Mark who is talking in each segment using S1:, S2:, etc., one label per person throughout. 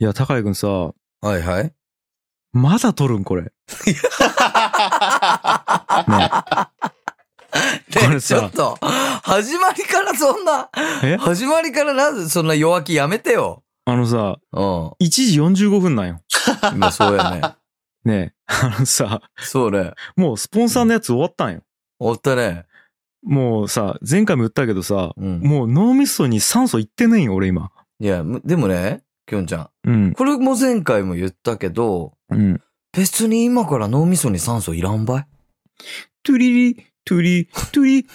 S1: いや、高井くんさ、
S2: はい はい。
S1: まだ撮るんこれ。ねこれ
S2: ちょ
S1: さ
S2: っ、と、始まりからそんな、
S1: え
S2: 始まりからなぜそんな弱気やめてよ。
S1: あのさ、
S2: うん。
S1: 1時45分なんよ。
S2: まあそうやね。
S1: ねえ、あのさ、
S2: そうね。
S1: もうスポンサーのやつ終わったんよ。
S2: おったね。
S1: もうさ、前回も言ったけどさ、
S2: うん。
S1: もう脳みそに酸素いってないよ、俺今。
S2: いや、むでもね、きょんちゃ
S1: う
S2: ん。
S1: ん、
S2: これも前回も言ったけど、
S1: うん。
S2: 別に今から脳みそに酸素いらんばい
S1: トゥリリ、トゥリ、トゥリ、ト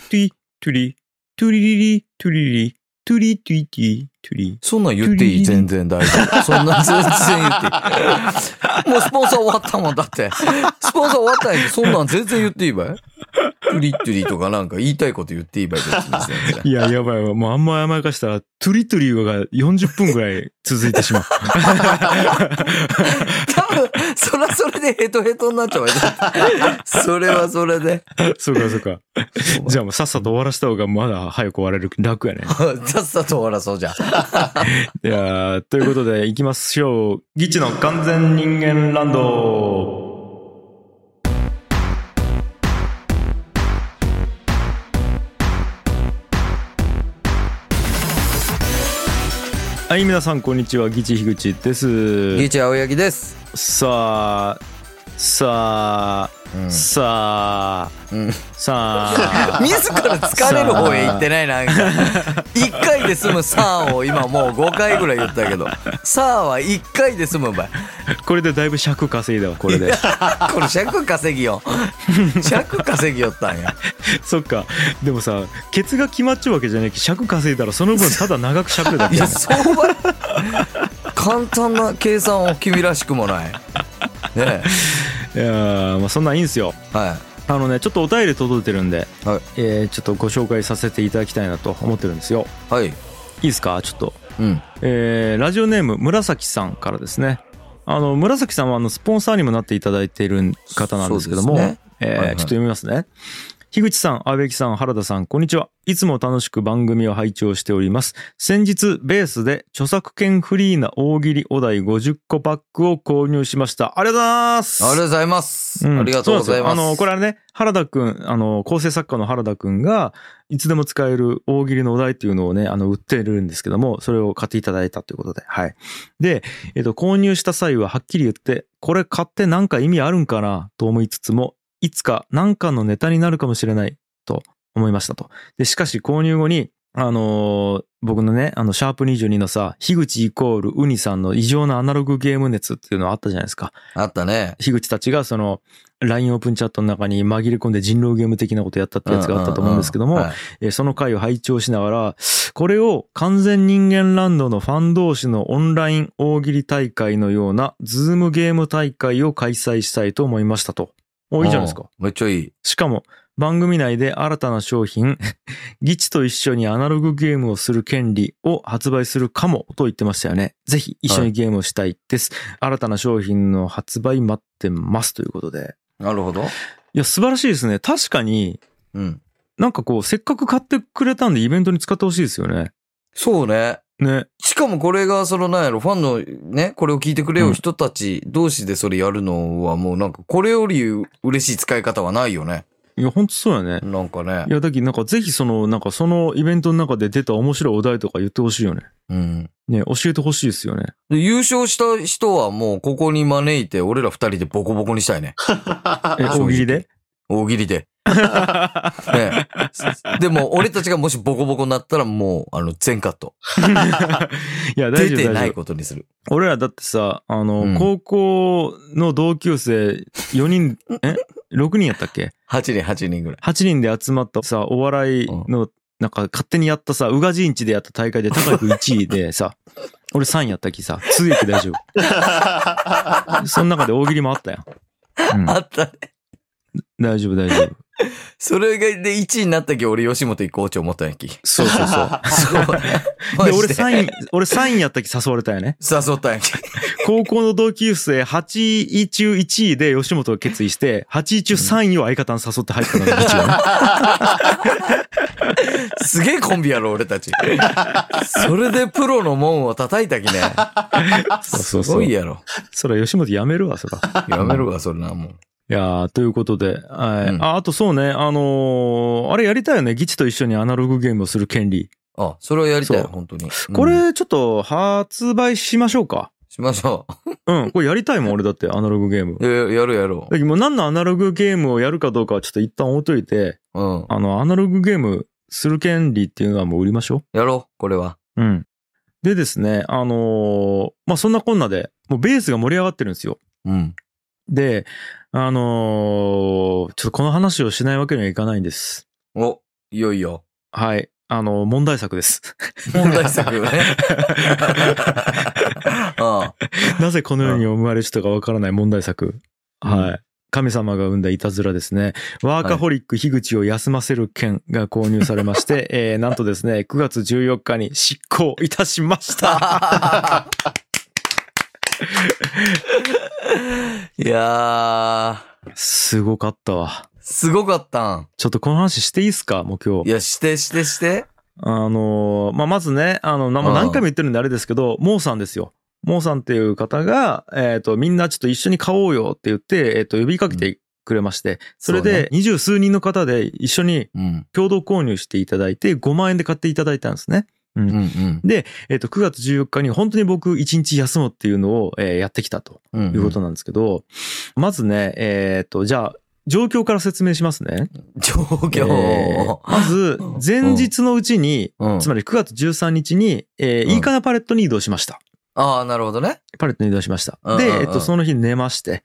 S1: ゥリ、トゥリ、トゥリリリ、トゥリリ、トゥリトゥイティ、トゥリ。
S2: そんなん言っていい全然大丈 夫。そんなん全然言っていい。もうスポンサー終わったもんだって。スポンサー終わったんやけど、そんなん全然言っていいばいトゥリトゥリとかなんか言いたいこと言っていいばい別に全
S1: い
S2: 然
S1: や、やばいわ。もうあんま甘やかしたら、トゥリトゥリが40分ぐらい続いてしまう。
S2: 多分、それはそれでヘトヘトになっちゃうわ。それはそれで。
S1: そうか、そうか。じゃあもうさっさと終わらせた方がまだ早く終われる。楽やね。
S2: さっさと終わらそうじゃん。
S1: いやーということで、行きましょう。ギチの完全人間ランド。はい、皆さん、こんにちは。ギチ樋口です。
S2: ギーチ青柳です。
S1: さあ、さあ、
S2: うん
S1: さあ、
S2: うん
S1: さあ。
S2: 自ら疲れる方へ行ってないなんか。1回で済むさーを今もう5回ぐらい言ったけど、さーは1回で済むばい。
S1: これでだいぶ尺稼いだわ、これで。
S2: これ尺 稼ぎよ。尺稼ぎよったんや。
S1: そっか。でもさ、ケツが決まっちゃうわけじゃないけど、尺稼いだらその分ただ長く尺るだけ
S2: い
S1: だ
S2: や、
S1: ね
S2: そうは、簡単な計算を君らしくもない。ねえ。
S1: いやーまあそんなんいいんすよ。
S2: は
S1: あのね、ちょっとお便り届いてるんで、
S2: はい
S1: えーちょっとご紹介させていただきたいなと思ってるんですよ。
S2: い。はい。
S1: いいですかちょっと。
S2: うん。
S1: えーラジオネーム、紫さんからですね。あの、紫さんはあのスポンサーにもなっていただいている方なんですけども、
S2: そうですね
S1: えー
S2: はいは
S1: ちょっ
S2: い
S1: と読みますね。樋口さん、阿部木さん、原田さん、こんにちは。いつも楽しく番組を拝聴しております。先日、ベースで著作権フリーな大喜利お題50個パックを購入しました。ありがとうございます
S2: ありがとうございます。
S1: ん
S2: ありがとうございます。
S1: そうなんですよあの、これはね、原田くん、あの、構成作家の原田くんが、いつでも使える大喜利のお題っていうのをね、あの、売ってるんですけども、それを買っていただいたということで、はい。で、えっと、購入した際ははっきり言って、これ買ってなんか意味あるんかなと思いつつも、いつか何かのネタになるかもしれないと思いましたと。で、しかし購入後に、あのー僕のね、あの、シャープ22のさ、樋口イコールウニさんの異常なアナログゲーム熱っていうのあったじゃないですか。
S2: あったね。
S1: 樋口たちがその LINE オープンチャットの中に紛れ込んで人狼ゲーム的なことやったってやつがあったと思うんですけども、
S2: はい
S1: えーその回を拝聴しながら、これを完全人間ランドのファン同士のオンライン大喜利大会のようなズームゲーム大会を開催したいと思いましたと。お、いいじゃないですか。
S2: うん。めっちゃいい。
S1: しかも、番組内で新たな商品、 ギチと一緒にアナログゲームをする権利を発売するかもと言ってましたよね。ぜひ一緒にゲームをしたいです。新たな商品の発売待ってますということで。
S2: なるほど。
S1: いや、素晴らしいですね。確かに、
S2: うん。
S1: なんかこう、せっかく買ってくれたんでイベントに使ってほしいですよね。
S2: そうね。
S1: ね。
S2: しかもこれが、その、なんやろ、ファンのね、これを聞いてくれよ人たち同士でそれやるのはもうなんか、これより嬉しい使い方はないよね。
S1: いや、ほんとそうやね。
S2: なんかね
S1: い。や、だけどなんかぜひその、なんかそのイベントの中で出た面白いお題とか言ってほしいよね。
S2: うん。
S1: ね、教えてほしいですよね。
S2: で優勝した人はもうここに招いて、俺ら二人でボコボコにした いね。
S1: え、大喜利で
S2: 大喜 利で。ね、でも、俺たちがもしボコボコになったらもう、あの、全カット。
S1: いや、大
S2: 出
S1: 丈夫、
S2: て
S1: 大
S2: な
S1: 丈
S2: い
S1: 夫。
S2: ことにする。
S1: 俺らだってさ、あの、
S2: うん
S1: 高校の同級生4人、 え ?6 人やったっけ
S2: 8人、8人ぐらい。
S1: ?8 人で集まったさ、お笑いの、なんか勝手にやったさ、宇賀神市でやった大会で高井く1位で さ、俺3位やったっけさ、通訳大丈 夫。その中で大喜利もあったやん。うん
S2: あったね。
S1: 大丈夫、大丈夫。
S2: それがで1位になったき、俺吉本行こうって思ったんやき。
S1: そうそうそう。
S2: そうね。
S1: で、
S2: マジ
S1: 俺
S2: で
S1: 3位、俺3位やったっけ誘われたよね。
S2: 誘ったんやけ
S1: 高校の同級生8位中1位で吉本を決意して、8位中3位を相方に誘って入ったのが一番。
S2: すげえコンビやろ、俺 たち。それでプロの門を叩いたきね。
S1: そうそ
S2: す
S1: うそう
S2: ごいやろ。
S1: そら吉本辞めるわ、そ ら。
S2: やめるわ、それな、もう。
S1: いやー、ということで、はい
S2: うん
S1: ああとそうね、あのーあれやりたいよね、ギチと一緒にアナログゲームをする権利。
S2: あ、それはやりたい、
S1: そう
S2: 本当に。
S1: こ
S2: うん
S1: れ、ちょっと発売しましょうか。
S2: しましょ
S1: うん、これやりたいもん、俺だって、アナログゲーム
S2: う。。えやるやろ
S1: だけどもう何のアナログゲームをやるかどうかはちょっと一旦置いといて、
S2: う。うん。
S1: あの、アナログゲームする権利っていうのはもう売りましょ
S2: やろう、これは。
S1: う。うん。でですね、あのーまあ、そんなこんなで、もうベースが盛り上がってるんですよ。
S2: うん。
S1: で、あのーちょっとこの話をしないわけにはいかないんです。
S2: お、いよいよ。
S1: はい。あの、問題作です。
S2: 問題作ね。あ
S1: なぜこの世に生まれしたかわからない問題作。
S2: うん
S1: はい。神様が生んだいたずらですね。ワーカホリック樋口を休ませる券が購入されま して、えー、なんとですね、9月14日に執行いたしました。
S2: あ。 いやー、
S1: すごかったわ。
S2: すごかったん。
S1: ちょっとこの話していいっすかもう今
S2: い
S1: 日。
S2: や、してしてして。
S1: あのーまあ、まずね、あの、なもう
S2: うん
S1: 何回も言ってるんであれですけど、モーさんですよ。モーさんっていう方が、えっ、と、みんなちょっと一緒に買おうよって言って、えっ、と、呼びかけてくれまして、それ
S2: そう
S1: で
S2: ね
S1: 二十数人の方で一緒に
S2: うん。
S1: 共同購入していただいて、5万円で買っていただいたんですね。
S2: うんうん。
S1: えっ、と、9月14日に本当に僕1日休むっていうのを、えーやってきたと
S2: うん
S1: いうことなんですけど、まずね、えっ、と、じゃあ、状況から説明しますね。
S2: 状況、
S1: えーまず、前日のうちに、
S2: うん、
S1: つまり9月13日に、えー
S2: うん
S1: いいかなパレットに移動しました。
S2: ああ、なるほどね。
S1: パレットに移動しました
S2: うん。
S1: で、
S2: うんうん
S1: えっ、と、その日寝まして。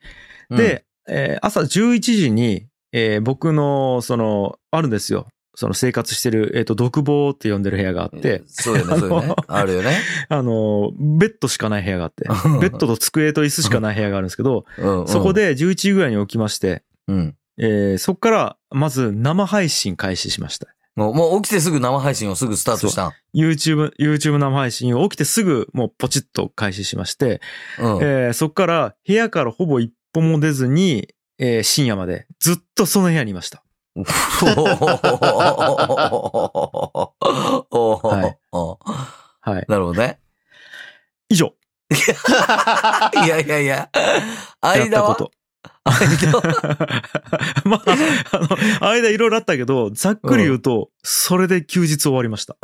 S2: うん、
S1: で、えー朝11時に、えー僕の、その、あるんですよ。その生活してる、えっ、と、独房って呼んでる部屋があって、
S2: そうよね、そうよね。あるよね。
S1: あの、ベッドしかない部屋があって、ベッドと机と椅子しかない部屋があるんですけど、
S2: うんうん
S1: そこ、で11時ぐらいに起きまして、
S2: うん、
S1: えーそこからまず生配信開始しました。
S2: もうもう起きてすぐ生配信をすぐスタートしたん。
S1: YouTube、YouTube 生配信を起きてすぐもうポチッと開始しまして、
S2: うん
S1: えーそこから部屋からほぼ一歩も出ずに、えー深夜までずっとその部屋にいました。
S2: はい
S1: はい。
S2: なるほどね。
S1: 以上、
S2: いやいやい
S1: や
S2: や。
S1: った
S2: 間
S1: こ
S2: は
S1: と。
S2: 間は
S1: まあ、あの、間いろいろあったけど、ざっくり言うと、それで休日終わりました。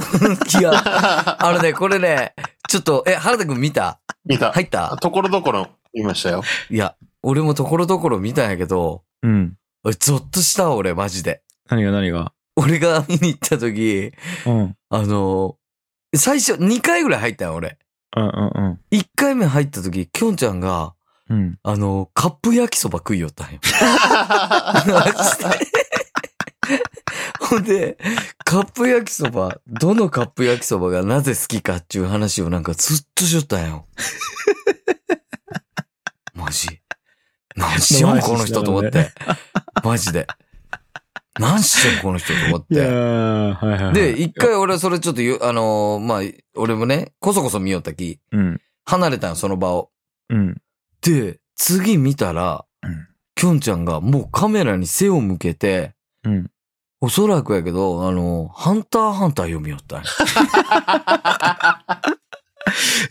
S2: いや、あのね、これね、ちょっと、え、原田くん見た
S3: 見た。
S2: 入った
S3: ところどころ見ましたよ。
S2: いや、俺もところどころ見たんやけど、
S1: うん。
S2: 俺ゾッとしたわ俺、マジで。
S1: 何が何が
S2: 俺が見に行った時、
S1: うん。うん
S2: あのー最初2回ぐらい入ったんよ俺。
S1: うんうん。
S2: 1回目入った時、きょんちゃんが、
S1: うん。
S2: あのーカップ焼きそば食いよったんよ。 マジでほんで、カップ焼きそば、どのカップ焼きそばがなぜ好きかっていう話をなんかずっとしよったんよ。マジ。何しよんこの人と思って。マジで。何しよんこの人と思っ
S1: いや
S2: て。
S1: ーはいはいはい。
S2: で、一回俺それちょっと言う、あのーまあ、俺もね、こそこそ見よったき、
S1: うん。
S2: 離れたんよその場を。
S1: うん。
S2: で、次見たら
S1: うん、
S2: きょんちゃんがもうカメラに背を向けて、
S1: うん。
S2: おそらくやけど、あの、ハンターハンター読みよったんや。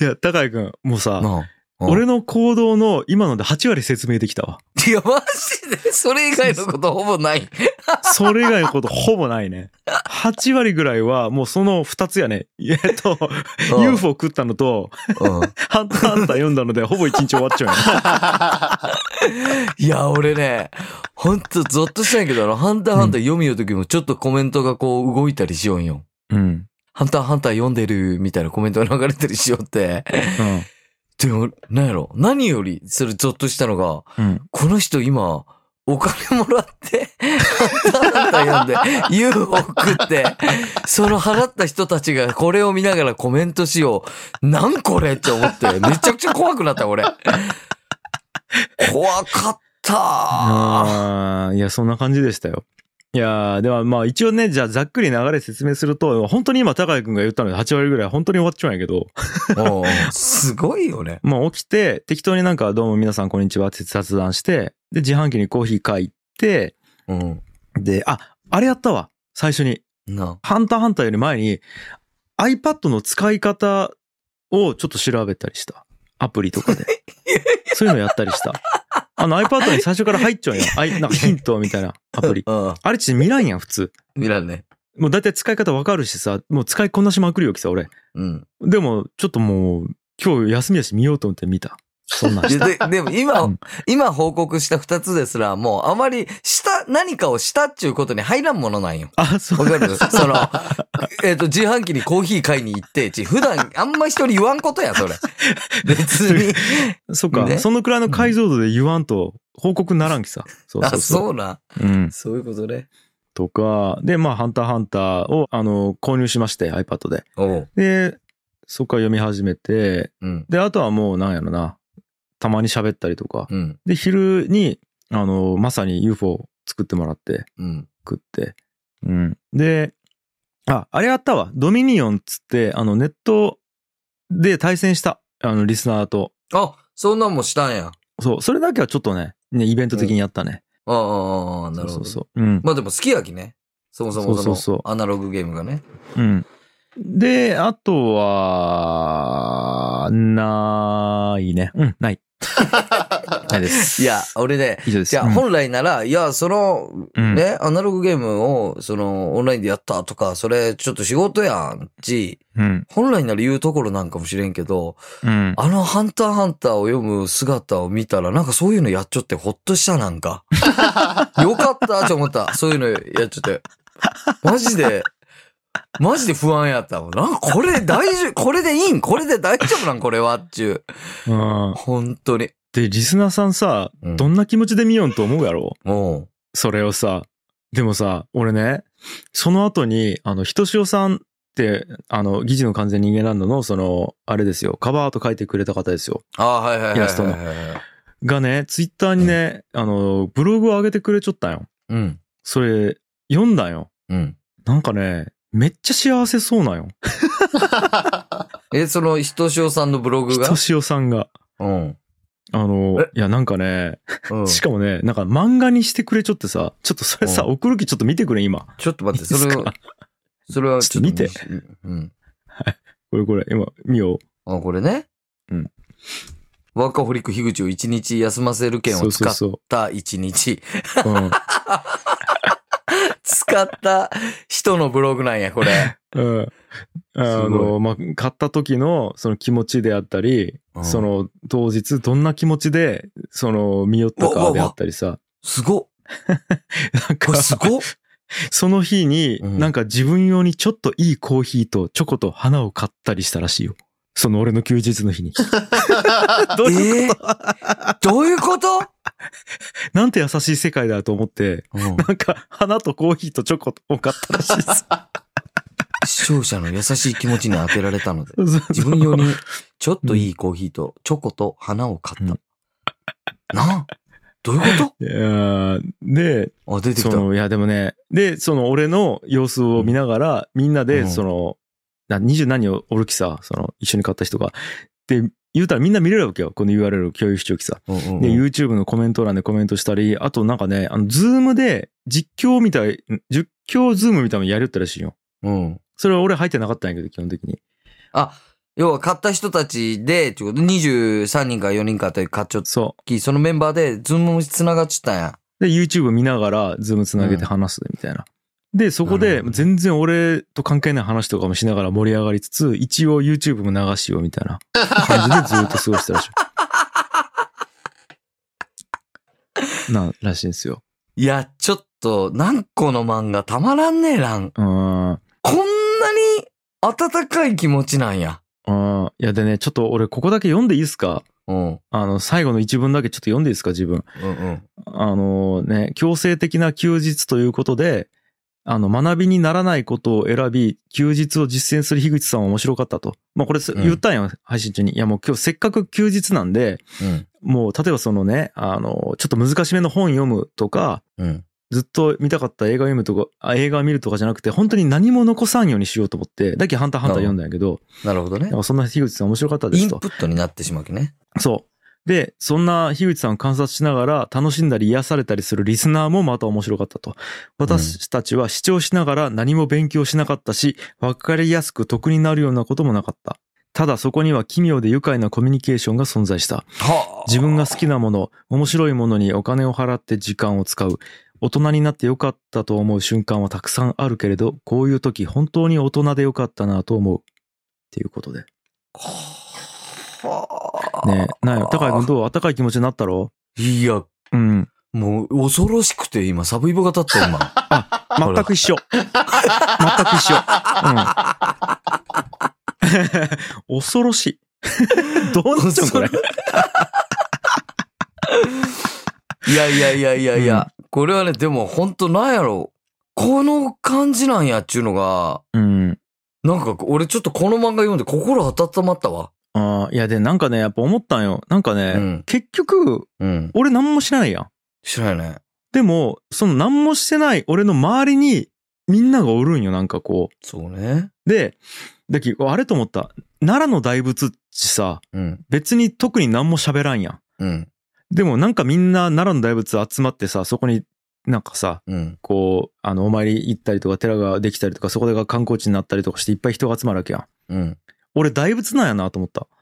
S1: いや、高井くん、もうさ、
S2: なあ
S1: 俺の行動の今ので8割説明できたわ。
S2: いや、マジで、それ以外のことほぼない。
S1: それ以外のことほぼないね。8割ぐらいはもうその2つやね。えっと、
S2: うん
S1: UFO 食ったのと、
S2: うん
S1: ハンターハンター読んだのでほぼ1日終わっちゃうよね。
S2: いや、俺ね、ほんとゾッとしたんやけど、あの、ハンターハンター読みよときもちょっとコメントがこう動いたりしよんよ。
S1: うん。
S2: ハンターハンター読んでるみたいなコメントが流れたりしよって。でも、なんやろ何より、それゾッとしたのが、
S1: うん。
S2: この人今、お金もらって、ハンターハンター読んで、UFO 食って、その払った人たちがこれを見ながらコメントしよう。なんこれって思って、めちゃくちゃ怖くなった、俺。怖かった。
S1: ああ、いや、そんな感じでしたよ。いやーではまあ一応ね、じゃあざっくり流れ説明すると、本当に今高井くんが言ったので8割ぐらい本当に終わっちゃうんやけど、
S2: おうおうすごいよね。
S1: まあ起きて適当になんかどうも皆さんこんにちはって雑談して、で自販機にコーヒー買いって、
S2: うん。
S1: で、あ、あれやったわ。最初に。
S2: な。
S1: ハンターハンターより前に iPad の使い方をちょっと調べたりした。アプリと かで。そういうのやったりした。あの iPad に最初から入っちゃうんよ。あいなんかヒントみたいなアプリ。
S2: うん。
S1: あれち見らんやん、普通。
S2: 見らんね。
S1: もう大体使い方わかるしさ、もう使いこなしまくるよ、きさ、俺。
S2: うん。
S1: でも、ちょっともう、今日休みやし見ようと思って見た。そんなん
S2: で
S1: した。
S2: ででも今、
S1: うん
S2: 今報告した二つですら、もうあまりした、何かをしたっていうことに入らんものなんよ。
S1: あ、 そ
S2: わ
S1: う。
S2: かるその、 えっ、と、自販機にコーヒー買いに行って、ち普段あんま人に言わんことや、それ。別に。
S1: そっか、
S2: ね
S1: そのくらいの解像度で言わんと、報告ならんきさ。そうそ
S2: あ、
S1: うそう。
S2: そうな。
S1: うん。
S2: そういうことね。
S1: とか、で、まあ、ハンターハンターを、あの、購入しまして、iPad で。
S2: おう。
S1: で、そっから読み始めて、
S2: うん。
S1: で、あとはもう、なんやろな、たまに喋ったりとか。
S2: うん。
S1: で、昼に、あの、まさに UFO 作ってもらって、
S2: うん。
S1: 食って。うん。で、あ、あれあったわ。ドミニオンっつって、あの、ネットで対戦した、あの、リスナーと。
S2: あ、そんなんもしたんや。
S1: そう、それだけはちょっとね、ね、イベント的にやったね。
S2: ああああ、なるほ
S1: そうそう
S2: ど。
S1: そう。うん。
S2: まあでも好きやきね。そもそ
S1: そ
S2: もそう
S1: そうそ
S2: のアナログゲームがね。
S1: うん。で、あとは、ないね。うん、 ない。ないです。
S2: いや、俺ね、
S1: 以上で
S2: い
S1: す。
S2: や、
S1: うん
S2: 本来なら、いや、その、
S1: うん
S2: ね、アナログゲームを、その、オンラインでやったとか、それ、ちょっと仕事やん、ち、
S1: うん。
S2: 本来なら言うところなんかもしれんけど、
S1: うん。
S2: あのハンターハンターを読む姿を見たら、なんかそういうのやっちゃってほっとしたなんか。 よかったと思った。そういうのやっちゃって。マジで、マジで不安やったもん。なんかこれ大丈夫、これでいいんこれで大丈夫なんこれはっちゅう。
S1: うん
S2: 本当に。
S1: で、リスナーさんさ、
S2: うん
S1: どんな気持ちで見ようんと思うやろ
S2: もう。
S1: それをさ、でもさ、俺ね、その後に、あの、ひとしおさんって、あの、議事の完全人間ランドの、その、あれですよ、カバーアート書いてくれた方ですよ。
S2: ああ、はいはいはい
S1: イ
S2: は
S1: ラ
S2: い
S1: ストの
S2: はいはいはい。
S1: がね、ツイッターにね、あの、ブログを上げてくれちょったんよ。
S2: うん。
S1: それ、読んだんよ。
S2: うん。
S1: なんかね、めっちゃ幸せそうなんよ。
S2: え、その、ひとしおさんのブログ
S1: ひ
S2: が
S1: としおさんが。
S2: うん。
S1: あの
S2: え、
S1: いや、なんかね、
S2: うん。
S1: しかもね、なんか漫画にしてくれちょってさ、ちょっとそれさ、
S2: うん
S1: 送る気ちょっと見てくれ、今。
S2: ちょっと待って、
S1: いいっ
S2: それ
S1: す
S2: を
S1: か、
S2: それはちょっと
S1: 見て。
S2: うん。
S1: これこれ、今、見よう。
S2: あ、これね。
S1: うん。
S2: ワーカホリック樋口を一日休ませる券
S1: そ
S2: を
S1: う
S2: 使
S1: そう
S2: っ
S1: そ
S2: た一日。
S1: う。うん。
S2: 使った人のブログなんや、これ。
S1: うん。 あ
S2: すご
S1: の、まあ、買った時のその気持ちであったり、
S2: うん
S1: その当日どんな気持ちで、その見よった
S2: わわ
S1: か
S2: わ
S1: であったりさ、
S2: す ごっ。
S1: なん
S2: こ
S1: か
S2: れ、すごっ。
S1: その日に、
S2: うん
S1: なんか自分用にちょっといいコーヒーとチョコと花を買ったりしたらしいよ。その俺の休日の 日に。どういう
S2: えー、どういうこと、
S1: なんて優しい世界だと思って、
S2: うん
S1: なんか花とコーヒーとチョコを買ったらしいです。
S2: 視聴者の優しい気持ちに当てられたので。 自分
S1: に
S2: 用に、ちょっといいコーヒーと、チョコと花を買った。なあどういうこ
S1: いやーで、
S2: とあ、出てき
S1: そ
S2: た。
S1: のいやでもねでその俺の様子を見ながら、みんな
S2: う
S1: で
S2: ん
S1: そのな二十何をおるきさその一緒に買った人がで言うたらみんな見れるわけよこの URL を共有しておきさ
S2: うんうんうん
S1: で YouTube のコメント欄でコメントしたりあとなんかねあの Zoom で実況みたいん実況 Zoom みたいなのやりよったらしいよ
S2: うん。
S1: それは俺入ってなかったんやけど基本的に
S2: あ、要は買った人たちで、ってこと、23人か4人かって買っちゃっ
S1: そ
S2: き、そのメンバーで、ズームも繋がっちゃったんや。
S1: うで YouTube 見ながら Zoom つなげて話すみたいな、でそこ
S2: なる
S1: で
S2: ほど
S1: 全然俺と関係ない話とかもしながら盛り上がりつつ一応 YouTube も流しようみたいな感じでずっと過ごしてたらしい。 な、らしいんですよ。
S2: いや、ちょっと、何個の漫画たまらんねえらん。
S1: うん。うん。
S2: こんなに温かい気持ちなんや。
S1: いや、でね、ちょっと俺、ここだけ読んでいいですか
S2: うん。うん
S1: あの、最後の一文だけちょっと読んでいいですか自分。
S2: うん。
S1: あのね、強制的な休日ということで、あの、学びにならないことを選び、休日を実践する樋口さんは面白かったと。まあ、これす、
S2: うん
S1: 言ったんよ、配信中に。いや、もう今日せっかく休日なんで、
S2: うん。
S1: もう、例えばそのね、あの、ちょっと難しめの本読むとか、
S2: うん。
S1: ずっと見たかった映画を読むとか、あ映画を見るとかじゃなくて、本当に何も残さんようにしようと思って、だけハンターハンター読んだんやけど、
S2: なるほどね
S1: なん。かそんな樋口さん面白かったで
S2: イン
S1: す
S2: プ
S1: と。
S2: ットになってしまうわけね。
S1: そう。で、そんな樋口さんを観察しながら楽しんだり癒されたりするリスナーもまた面白かったと。私たちは視聴しながら何も勉強しなかったし、わかりやすく得になるようなこともなかった。ただそこには奇妙で愉快なコミュニケーションが存在した。
S2: はあ
S1: 自分が好きなもの、面白いものにお金を払って時間を使う。大人になってよかったと思う瞬間はたくさんあるけれど、こういう時本当に大人でよかったなと思う。っていうことで。
S2: はあ
S1: ねえ、なんや、高井君どうあったかい気持ちになったろ
S2: いや、
S1: うん。
S2: もう恐ろしくて今、サブイボが立った 今。
S1: 全く一緒。全く一緒。うん。恐ろ しい。どうなっちゃうこれ。
S2: いやいやいやいやいや、これはね、でも本当なんやろう。この感じなんやっちゅうのが、
S1: うん。
S2: なんか俺ちょっとこの漫画読んで心温まったわ。
S1: ああ、いやで、なんかね、やっぱ思ったんよ。なんかね、
S2: うん
S1: 結局、
S2: うん。
S1: 俺何もしないやん。
S2: 知らないね。
S1: でも、その何もしてない俺の周りにみんながおるんよ、なんかこ
S2: そうね。
S1: う。で、だっけあれと思った。奈良の大仏ってさ、
S2: うん。
S1: 別に特に何も喋らんやん。
S2: うん。
S1: でもなんかみんな奈良の大仏集まってさ、そこになんかさ、
S2: うん。
S1: こう、あの、お参り行ったりとか、寺ができたりとか、そこが観光地になったりとかして、いっぱい人が集まるわけやん。
S2: うん。
S1: 俺、大仏なんやなと思った。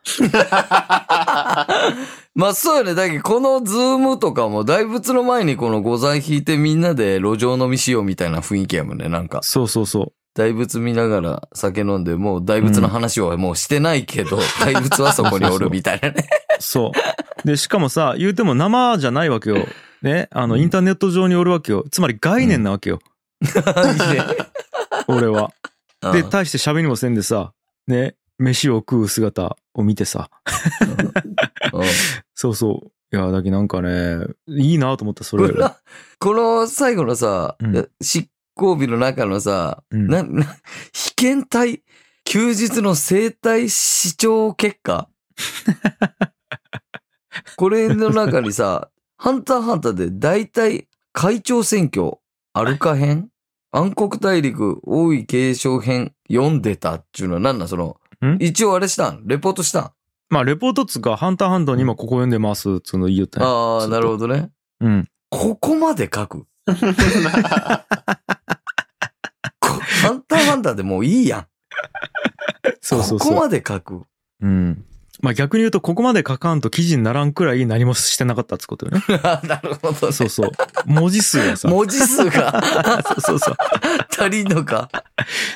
S2: まあそうよね。だけどこのズームとかも大仏の前にこの御座引いてみんなで路上飲みしようみたいな雰囲気やもんね。なんか。
S1: そうそうそ
S2: 大仏見ながら酒飲んで、もう大仏の話はもうしてないけ ど、大仏はそこにおるみたいな ね。
S1: う。そう。で、しかもさ、言うても生じゃないわけよ。ね、あの、インターネット上におるわけよ。つまり概念なわけよ。俺は。で、対して喋りもせんでさ、ね、飯を食う姿を見てさ、
S2: うん
S1: そうそう。いや、だけなんかね、いいなと思った、それ
S2: こ。の、この最後のさ、
S1: うん
S2: 執行日の中のさ、
S1: うん
S2: な、な、被験体、休日の生体視聴結 果。これの中にさ、ハンターハンターで大体会長選挙、アルカ編、暗黒大陸、王位継承編、読んでたっていうのは何なんその
S1: ん、
S2: 一応あれしたんレポートしたん
S1: まあ、レポートっつうか、ハンターハンドに今ここ読んでます、つうの言いよったんや
S2: ああ、なるほどね。
S1: うん。
S2: ここまで書くこハンターハンターでもういいやん。
S1: そうそうそう。
S2: ここまで 書く。
S1: うん。まあ逆に言うと、ここまで書かんと記事にならんくらい何もしてなかったってことよね。
S2: あなるほど ね。
S1: そうそう。文字数がさ。
S2: 文字数が
S1: そうそうそう。
S2: 足りんのか。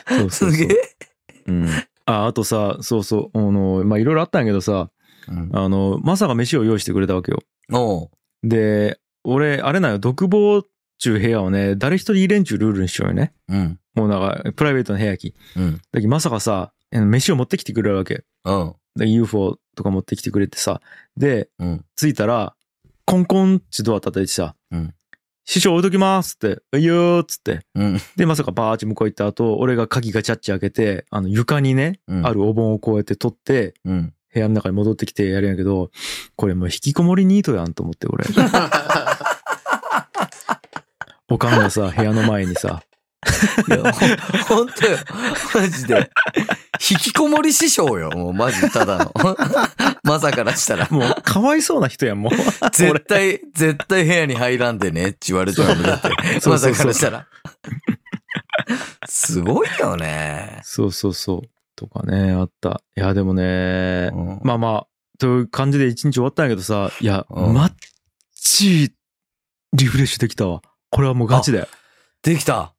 S1: そうそ
S2: す
S1: うそ
S2: げ
S1: う
S2: え。。
S1: うん。あ、あとさ、そうそう。あの、まあいろいろあったんやけどさ、
S2: うん
S1: あの、マサが飯を用意してくれたわけよ。
S2: おう
S1: で、俺、あれなんよ、独房中部屋をね、誰一人入れんちゅうルールにしようよね。
S2: うん。
S1: もうなんか、プライベートの部屋き。
S2: うん。
S1: だけどマサがさ、あの飯を持ってきてくれるわけ。
S2: うん。
S1: だけど UFO とか持ってきてくれてさ。で、
S2: うん。
S1: 着いたら、コンコンってドア叩いてさ、
S2: うん
S1: 師匠置いときますって、ういよーっつって。
S2: うん。
S1: で、まさかバーチ向こう行った後、俺が鍵ガチャッチ開けて、あの床にね、
S2: うん。
S1: あるお盆をこうやって取って、
S2: うん。
S1: 部屋の中に戻ってきてやるんやけど、これもう引きこもりニートやんと思って、 俺。おかんがさ、部屋の前に さ、
S2: いや、ほほんとよ。マジで。引きこもり師匠よ。もうマジただの。 まさからしたら。
S1: もうかわいそうな人やん、もう。
S2: 絶対、絶対部屋に入らんでねって言われちゃうのだって。
S1: そう
S2: ま
S1: そ
S2: さ
S1: うそう
S2: からしたら。すごいよね。
S1: そうそうそう。とかね、あった。いや、でもね、
S2: うん
S1: まあまあ、という感じで一日終わったんやけどさ、いや、
S2: うん
S1: マッチリフレッシュできたわ。これはもうガチで。い
S2: できた。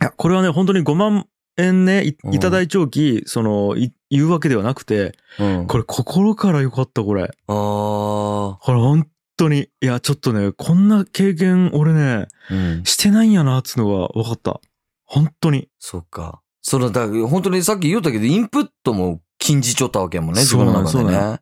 S1: や、これはね、本当に5万円ね、い
S2: うん
S1: いただいちょうき、その、い言うわけではなくて、
S2: うん。
S1: これ心からよかった、これ。
S2: あ
S1: これ本当に。いや、ちょっとね、こんな経験、俺ね、
S2: あ。うん。
S1: してないんやな、つうのが分かった。本当に。
S2: そっか。その、だから本当にさっき言ったけど、インプットも禁じちょったわけやもんね、自分の中
S1: そう
S2: で
S1: なんそう
S2: ね。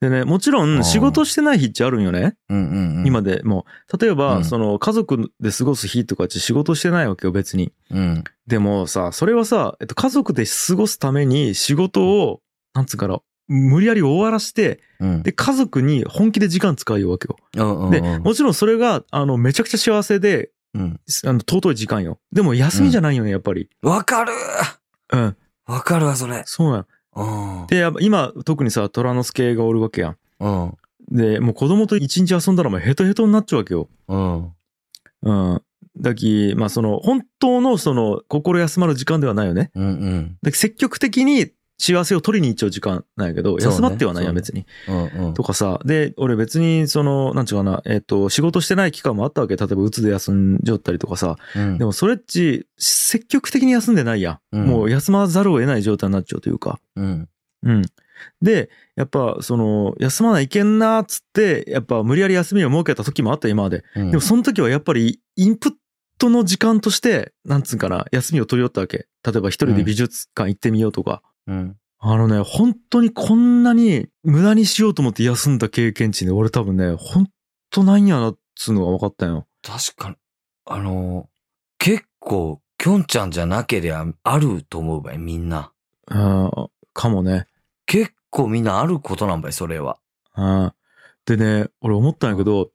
S1: でね、もちろ
S2: うんん
S1: 仕事してない日ってあるんよね。
S2: うんうんうん。
S1: 今でもう。例えば、
S2: うん
S1: その家族で過ごす日とかって仕事してないわけよ、別に。
S2: うん。
S1: でもさ、それはさ、えっと、家族で過ごすために仕事を、なんつうかな、無理やり終わらして、
S2: うん。
S1: で、家族に本気で時間使うわけよ。
S2: うんうんうん
S1: で、もちろんそれが、あの、めちゃくちゃ幸せで、
S2: うん。
S1: あの、尊い時間よ。でも休みじゃないよね、やっぱり。
S2: わかる
S1: うん。
S2: わかるわ、それ。
S1: そうなん。
S2: うん。
S1: で、やっぱ今、特にさ、虎之助がおるわけやん。
S2: うん。
S1: で、もう子供と一日遊んだらもうヘトヘトになっちゃうわけよ。
S2: うん。
S1: うん。だき、まあその、本当のその、心休まる時間ではないよね。
S2: うん。うん。
S1: だき積極的に幸せを取りに行っちゃう時間なんやけど、
S2: そうね
S1: 休まってはないやん、
S2: そうね
S1: 別に。
S2: うん。
S1: とかさ、で、俺別にその、なんちゅうかな、えっ、と、仕事してない期間もあったわけ。例えば、うつで休んじゃったりとかさ。
S2: うん。
S1: でもそれっち、積極的に休んでないやん。
S2: うん
S1: もう休まざるを得ない状態になっちゃうというか。
S2: うん。
S1: うん。で、やっぱ、その、休まないけんな、っつって、やっぱ無理やり休みを設けた時もあった、今まで。
S2: うん。
S1: でもその時はやっぱり、インプットの時間として、なんつうんかな、休みを取り寄ったわけ。例えば一人で美術館行ってみようとか。
S2: うん。
S1: あのね、本当にこんなに無駄にしようと思って休んだ経験値ね、俺多分ね、本当ないんやな、っつうのが分かったんよ。
S2: 確かに、あのー、結構、きょんちゃんじゃなけりゃあると思うばい、みんな。
S1: あーかもね。
S2: 結構みんなあることなんばい、それは。
S1: あーでね、俺思ったんやけど、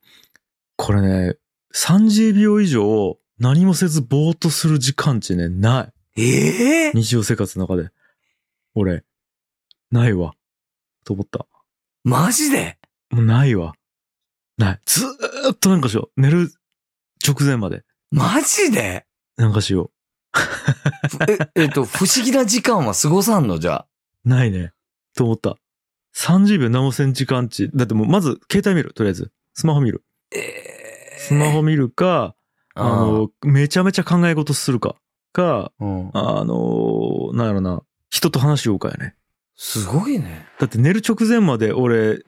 S1: これね、30秒以上何もせずぼーっとする時間値ね、な
S2: え
S1: い。
S2: え
S1: 日常生活の中で。俺、ないわ。と思った。
S2: マジで
S1: もうないわ。ない。ずーっとなんかしよう。寝る直前まで。
S2: マジで
S1: なんかしよ
S2: え、えっ と、不思議な時間は過ごさんの、じゃあ。
S1: う。ないね。と思った。30秒何もせん時間値。だってもうまず携帯見る。とりあえず。スマホ見る。
S2: ええ
S1: スマホ見るか、あの、めちゃめちゃ考え事するか。か、
S2: うん、
S1: あの、なんやろな、人と話しようかやね。
S2: すごいね。
S1: だって寝る直前まで俺、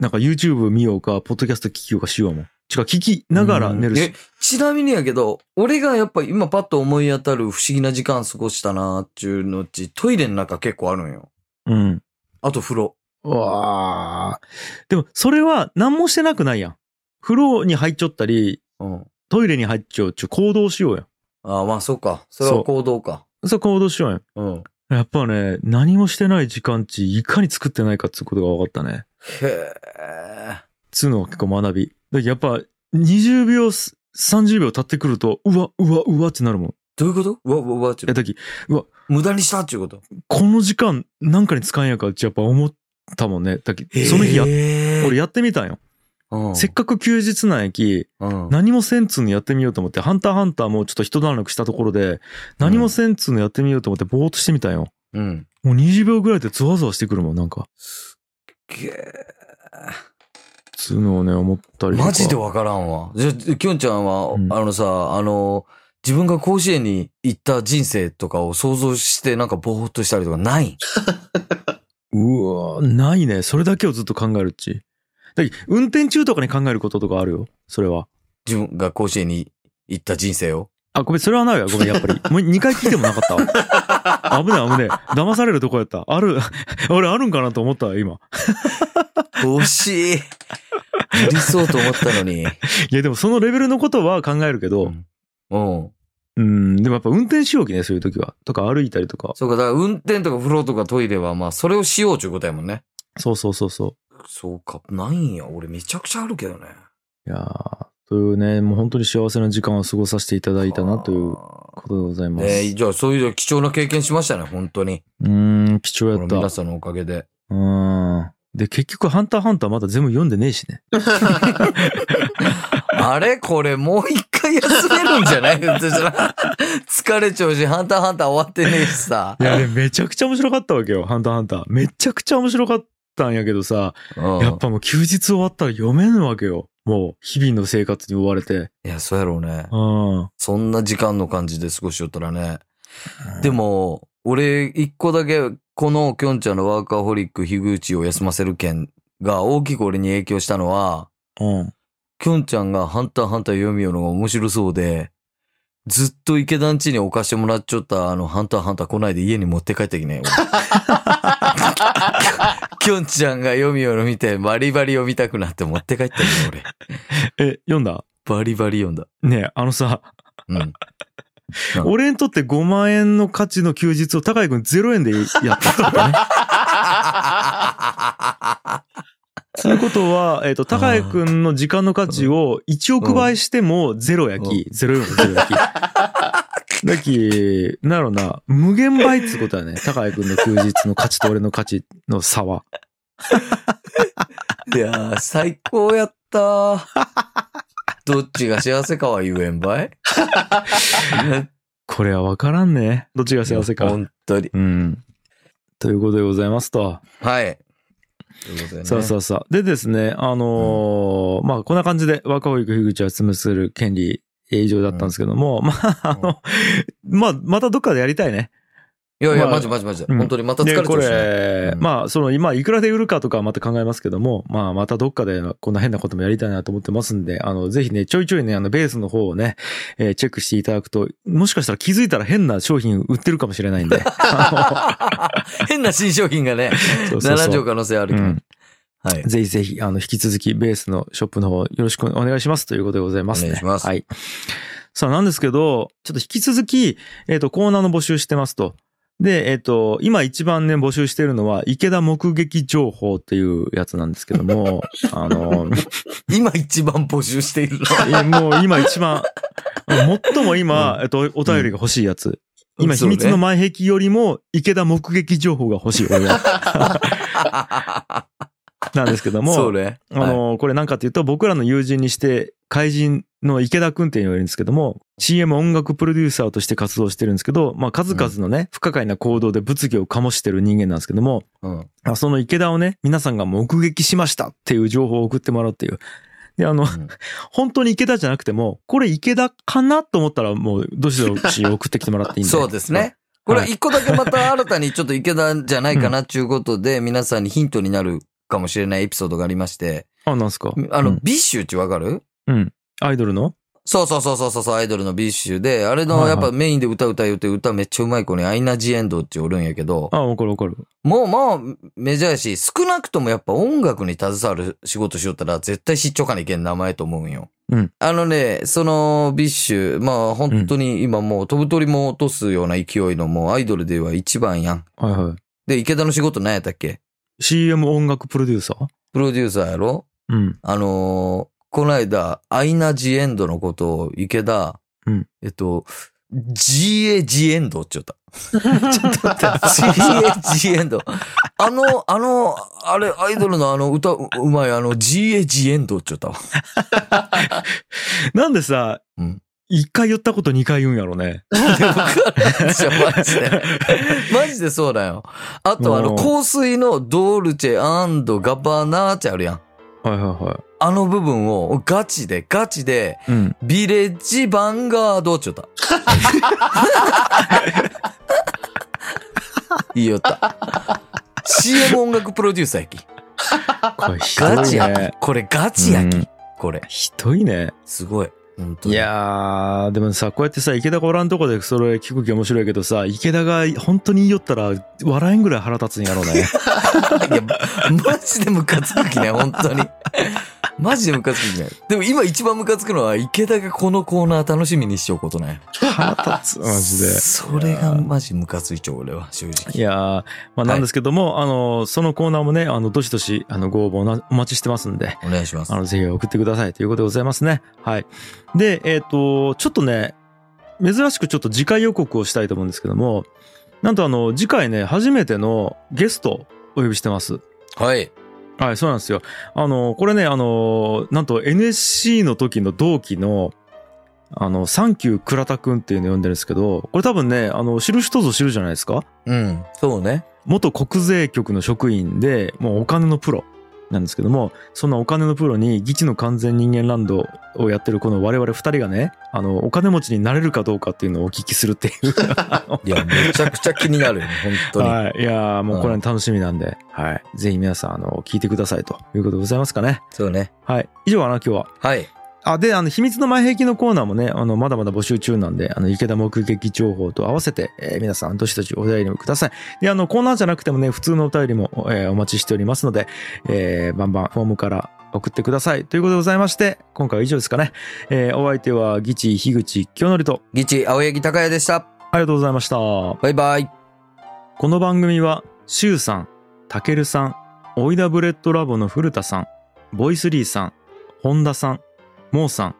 S1: なんか YouTube 見ようか、ポッドキャスト聞きようかしようもん。ちか、聞きながら寝る
S2: うん
S1: し
S2: え。ちなみにやけど、俺がやっぱ今パッと思い当たる不思議な時間過ごしたなーっていうのうち、トイレの中結構あるんよ。
S1: うん。
S2: あと風呂。
S1: うわあ。でも、それは何もしてなくないやん。風呂に入っちゃったり、
S2: うん。
S1: トイレに入っちゃうっちゅう行動しようや
S2: ああ、まあそうか。それは行動か。
S1: ん。そう、行動しようやん。
S2: うん。
S1: やっぱね、何もしてない時間値、いかに作ってないかっていうことが分かったね。
S2: へえ。
S1: つうのは結構学び。だけどやっぱ20秒す、30秒経ってくると、うわ、うわ、うわってなるもん。い
S2: どういうことうわ、うわ、うわ、ちょ
S1: や、
S2: っと
S1: だき、
S2: 無駄にしたっていうこと。
S1: この時間なんかに使えんやかってやっぱ思ったもんね。だき、その日や、
S2: へー
S1: 俺、やってみたんよ。
S2: うん、
S1: せっかく休日なんやき、
S2: うん、
S1: 何もせんつうのやってみようと思って、ハンターハンターもちょっと一段落したところで、何もせんつうのやってみようと思ってぼーっとしてみたんよ。
S2: うん。
S1: もう20秒ぐらいでゾワゾワしてくるもん、なんか。
S2: げー
S1: つうのをね、思ったりとか。
S2: マジでわからんわ。じゃあ、きょんちゃんは、
S1: うん
S2: あのさ、あの、自分が甲子園に行った人生とかを想像して、なんかぼーっとしたりとかないん
S1: うわないね。それだけをずっと考えるっち。だけど運転中とかに考えることとかあるよ。それは。
S2: 自分が甲子園に行った人生を。
S1: あ、ごめん、それはないわ。ごめん、やっぱ り。もう2回聞いてもなかったわ。危ない、危ない。騙されるとこやった。ある、 俺あるんかなと思ったわ、今。
S2: 惜しい。やりそうと思ったのに。
S1: いや、でもそのレベルのことは考えるけど、
S2: うん。
S1: うん、でもやっぱ運転しようきね、そういう時は。とか歩いたりとか。
S2: そうか、だから運転とか風呂とかトイレは、まあ、それをしようということやもんね。
S1: そうそうそうそ
S2: そうか、ないんや。俺めちゃくちゃあるけどね。
S1: う。いやーというね、もう本当に幸せな時間を過ごさせていただいたなということでございます。
S2: ねじゃあそういう貴重な経験しましたね、本当に。
S1: うーん、貴重
S2: こ
S1: や
S2: の
S1: った。
S2: 皆さんのおかげで。
S1: うん。で、結局、ハンターハンターまだ全部読んでねえしね。
S2: あれこれもう一回休めるんじ ゃない疲れちゃうし、ハンターハンター終わってねえしさ。
S1: いや、でもめちゃくちゃ面白かったわけよ、ハンターハンター。めちゃくちゃ面白かったんやけどさ、
S2: うん
S1: やっぱもう休日終わったら読めんわけよ。もう、日々の生活に追われて。
S2: いや、そうやろうね。
S1: うん。
S2: そんな時間の感じで過ごしよったらね。でも、俺、一個だけ、このきょんちゃんのワーカーホリック、樋口を休ませる件が大きく俺に影響したのは、
S1: うん。
S2: きょんちゃんがハンターハンター読みよるのが面白そうで、ずっと池田んちに置かしてもらっちゃったあのハンターハンター来ないで家に持って帰ってきね。 俺きょんちゃんが読みよる見てバリバリ読みたくなって持って帰ったきね、
S1: え、読んだ
S2: 俺。バリバリ読んだ。
S1: ねえ、あのさ、
S2: うん。
S1: 俺にとって5万円の価値の休日を高井くん0円でやったってことね。つうことは、えっ、と、高井くんの時間の価値を1億倍してもゼロ焼き、ゼロよりもゼロ焼き。 だき、なんやろな、無限倍っつうことやね。高井くんの休日の価値と俺の価値の差は。
S2: いやー、最高やった。どっちが幸せかは言えんばい
S1: これはわからんね。どっちが幸せか。
S2: 本当に。
S1: うん。ということでございますと。
S2: はい。ということでね
S1: そうそうそう。でですね、あのーまあ、こんな感じで若保育樋口を詰めする権利えー以上だったんですけども、まあ、あの、まあ、またどっかでやりたいね。
S2: いやいや、
S1: まあ
S2: マジマジマジ。
S1: うん
S2: 本当にまた疲れ
S1: で、
S2: て
S1: こ
S2: るしね。
S1: れ、
S2: うん
S1: まあ、その、今、いくらで売るかとかはまた考えますけども、まあ、またどっかでこんな変なこともやりたいなと思ってますんで、あの、ぜひね、ちょいちょいね、あの、ベースの方をね、えーチェックしていただくと、もしかしたら気づいたら変な商品売ってるかもしれないん で。あ
S2: 変な新商品がね、
S1: のそうそうそう
S2: 7兆可能性ある
S1: う
S2: けど。
S1: ん
S2: はい。
S1: ぜひぜひ、あの、引き続き、ベースのショップの方、よろしくお願いしますということでございますね。
S2: お願いします
S1: はい。さあ、なんですけど、ちょっと引き続き、えっ、と、コーナーの募集してますと。で、えっ、と、今一番ね、募集してるのは、池田目撃情報っていうやつなんですけど も、あの、
S2: 今一番募集しているのは。
S1: えもう今一番、最も今、えっと、お便りが欲しいやつ。今、秘
S2: そうね
S1: 密の前壁よりも、池田目撃情報が欲しい、俺は。なんですけど も。
S2: そうね。
S1: あの、これなんかっていうと、僕らの友人にして、怪人の池田くんっていうのがいるんですけども、CM 音楽プロデューサーとして活動してるんですけど、まあ数々のね、不可解な行動で物議を醸してる人間なんですけども、
S2: はい
S1: あその池田をね、皆さんが目撃しましたっていう情報を送ってもらうっていう。で、あの、
S2: うん
S1: 本当に池田じゃなくても、これ池田かなと思ったら、もう、どしどし送ってきてもらっていいんで。
S2: そうですね。これ一個だけまた新たにちょっと池田じゃないかなっていうことで、皆さんにヒントになるかもしれないエピソードがありまして、
S1: あ、なんすか
S2: あ
S1: う
S2: の、
S1: ん
S2: ビッシュってわかる
S1: うん。アイドルの
S2: そうそうそうそうそう、アイドルのビッシュで、あれ
S1: は
S2: の
S1: いは
S2: や
S1: い
S2: っぱメインで歌歌うって歌めっちゃうまい子にアイナ・ジ・エンドっておるんやけど、
S1: あ、わかるわかる。
S2: もうまあメジャーやし、少なくともやっぱ音楽に携わる仕事しよったら絶対知っちょかねいけん名前と思うんよ。
S1: うん
S2: あのね、そのビッシュ、まあ本当に今もう飛ぶ鳥も落とすような勢いのもうアイドルでは一番やん。
S1: はいは
S2: で、池田の仕事何やったっけ
S1: い。CM 音楽プロデューサー
S2: プロデューサーやろ
S1: うん。
S2: あのーこの間、アイナ・ジ・エンドのことを池田、
S1: うん
S2: えっと、GA ・ジ・エンドって言っ た。ちょっと待って、GA ・ジ・エンド。あの、あの、あれ、アイドルのあの歌ううまい、あの、GA ・ジ・エンドって言 ったわ。
S1: なんでさ、
S2: うん
S1: 一回言ったこと二回言うんやろね。
S2: でわからんでしょマジで。マジでそうだよ。あと、あ
S1: う
S2: の、
S1: ん
S2: 香水のドルチェガバナーチあるやん。
S1: はいはいは
S2: あの部分をガチで、ガチで、
S1: い。うん。
S2: ビレッジヴァンガードちょ った。言いよった。CM 音楽プロデューサーやき。
S1: これひどいね。
S2: ガチやき。これガチやき。
S1: うん
S2: これ。
S1: ひどいね。
S2: すごい。本当
S1: い
S2: に。
S1: やー、でもさ、こうやってさ、池田がおらんとこでそれ聞く気面白いけどさ、池田が本当に言いよったら、笑えんぐらい腹立つんやろう ね。
S2: いや、マジでムカつく気ない、本当に。マジでムカつく気ない。でも今一番ムカつくのは、池田がこのコーナー楽しみにしちゃうことね。
S1: 腹立つ、 マジで。
S2: それがマジムカついちゃう、俺は、正直。
S1: いやー、まあなんですけども、あの、そのコーナーもね、あの、どしどし、あの、ご応募なお待ちしてますんで、
S2: お願いします
S1: あ。の、ぜひ送ってくださいということでございますね。はい。で、えっ、と、ちょっとね、珍しくちょっと次回予告をしたいと思うんですけども、なんとあの、次回ね、初めてのゲストお呼びしてます。
S2: はい。
S1: はい、そうなんですよ。あの、これね、あの、なんと NSC の時の同期の、あの、サンキュー倉田くんっていうのを呼んでるんですけど、これ多分ね、あの、知る人ぞ知るじゃないですか。
S2: うん。そうね。
S1: 元国税局の職員で、もうお金のプロなんですけども、そんなお金のプロに、議事の完全人間ランドをやってるこの我々二人がね、あの、お金持ちになれるかどうかっていうのをお聞きするっていう。
S2: いや、めちゃくちゃ気になるよね、本当 に。
S1: はい。いやーもうこれは楽しみなんで、はい。ぜひ皆さん、あの、聞いてくださいということでございますかね。
S2: そうね。
S1: はい。以上かな、今日は。
S2: はい。
S1: あ、で、あの、秘密の前壁のコーナーもね、あの、まだまだ募集中なんで、あの、池田目撃情報と合わせて、えー皆さん、どしどしお便りをください。で、あの、コーナーじゃなくてもね、普通のお便りも、えーお待ちしておりますので、えーバンバンフォームから送ってください。ということでございまして、今回は以上ですかね。えーお相手は、ギチ、樋口、清則と、
S2: ギチ、青柳高也でした。
S1: ありがとうございました。こ
S2: バイバイ。
S1: の番組は、シュウさん、たけるさん、オイダブレッドラボの古田さん、ボイスリーさん、本田さん、モーさん、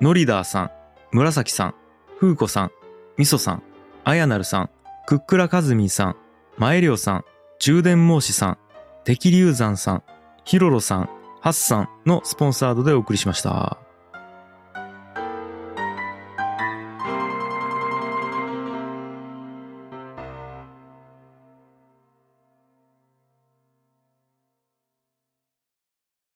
S1: ノリダーさん、紫さん、風子さん、みそさん、あやなるさん、クックラカズミーさん、マエリョさん、充電申しさん、敵流山さん、ヒロロさん、ハッさんのスポンサードでお送りしました。